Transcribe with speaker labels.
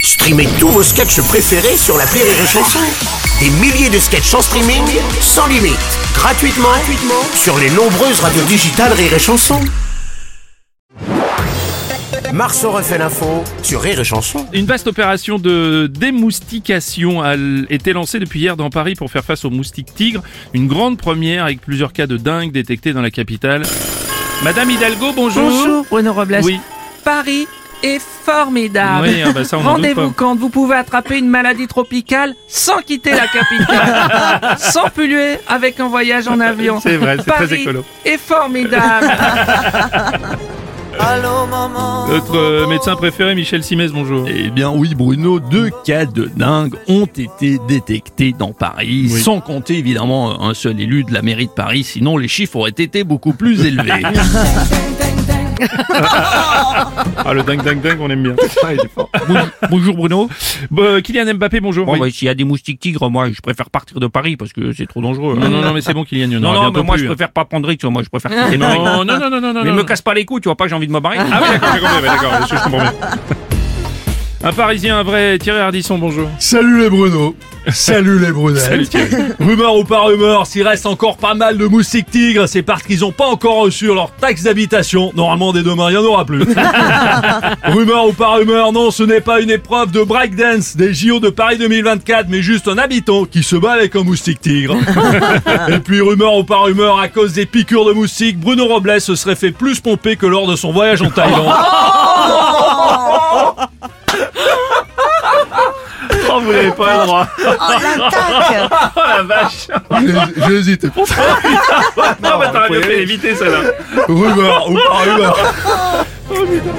Speaker 1: Streamez tous vos sketchs préférés sur la Rire et Chanson. Des milliers de sketchs en streaming, sans limite, gratuitement, gratuitement sur les nombreuses radios digitales Rire et Chanson. Marceau refait l'info sur Rire et Chanson.
Speaker 2: Une vaste opération de démoustication a l- été lancée depuis hier dans Paris pour faire face aux moustiques tigres. Une grande première avec plusieurs cas de dingue détectés dans la capitale. Madame Hidalgo, bonjour.
Speaker 3: Bonjour Bruno Robles.
Speaker 2: Oui.
Speaker 3: Paris est formidable.
Speaker 2: Oui, ah bah ça, on en doute
Speaker 3: Rendez-vous
Speaker 2: pas.
Speaker 3: compte, vous pouvez attraper une maladie tropicale sans quitter la capitale, sans polluer avec un voyage en avion.
Speaker 2: C'est vrai, c'est
Speaker 3: Paris
Speaker 2: très écolo.
Speaker 3: est formidable.
Speaker 2: Notre euh, médecin préféré, Michel Simès, bonjour.
Speaker 4: Eh bien oui Bruno, deux cas de dingue ont été détectés dans Paris,
Speaker 2: Oui.
Speaker 4: sans compter évidemment un seul élu de la mairie de Paris, sinon les chiffres auraient été beaucoup plus élevés.
Speaker 2: Ah, le dingue, dingue, dingue, on aime bien.
Speaker 4: ben, Bonjour Bruno.
Speaker 2: Bon, euh, Kylian Mbappé, bonjour.
Speaker 4: Bon,
Speaker 2: Oui.
Speaker 4: bah, s'il y a des moustiques tigres, moi je préfère partir de Paris parce que c'est trop dangereux.
Speaker 2: Non, non, non, mais c'est bon, Kylian, il y en
Speaker 4: Non,
Speaker 2: aura
Speaker 4: non,
Speaker 2: bientôt
Speaker 4: mais moi
Speaker 2: plus,
Speaker 4: je
Speaker 2: hein.
Speaker 4: préfère pas prendre risque, moi je préfère quitter Paris.
Speaker 2: Non, non, non, non, non, non.
Speaker 4: Mais
Speaker 2: non.
Speaker 4: me casse pas les couilles, tu vois pas, j'ai envie de me barrer.
Speaker 2: Ah oui, d'accord, j'ai compris, ouais, d'accord, je comprends bien. Un Parisien, un vrai, Thierry Ardisson, bonjour.
Speaker 5: Salut les Bruno Salut les Brunettes
Speaker 2: Salut Thierry.
Speaker 6: Rumeur ou pas rumeur, s'il reste encore pas mal de moustiques tigres, c'est parce qu'ils ont pas encore reçu leur taxe d'habitation. Normalement, dès demain, il n'y en aura plus. rumeur ou pas rumeur, non, ce n'est pas une épreuve de breakdance des JO de Paris 2024, mais juste un habitant qui se bat avec un moustique tigre. Et puis, rumeur ou pas rumeur, à cause des piqûres de moustiques, Bruno Robles se serait fait plus pomper que lors de son voyage en Thaïlande.
Speaker 2: Oh, vous n'avez pas le droit. Oh la vache.
Speaker 5: J'ai- J'ai hésité.
Speaker 2: Non, bah, t'aurais bien fait d'éviter ça là.
Speaker 5: Rumeur ou pas rumeur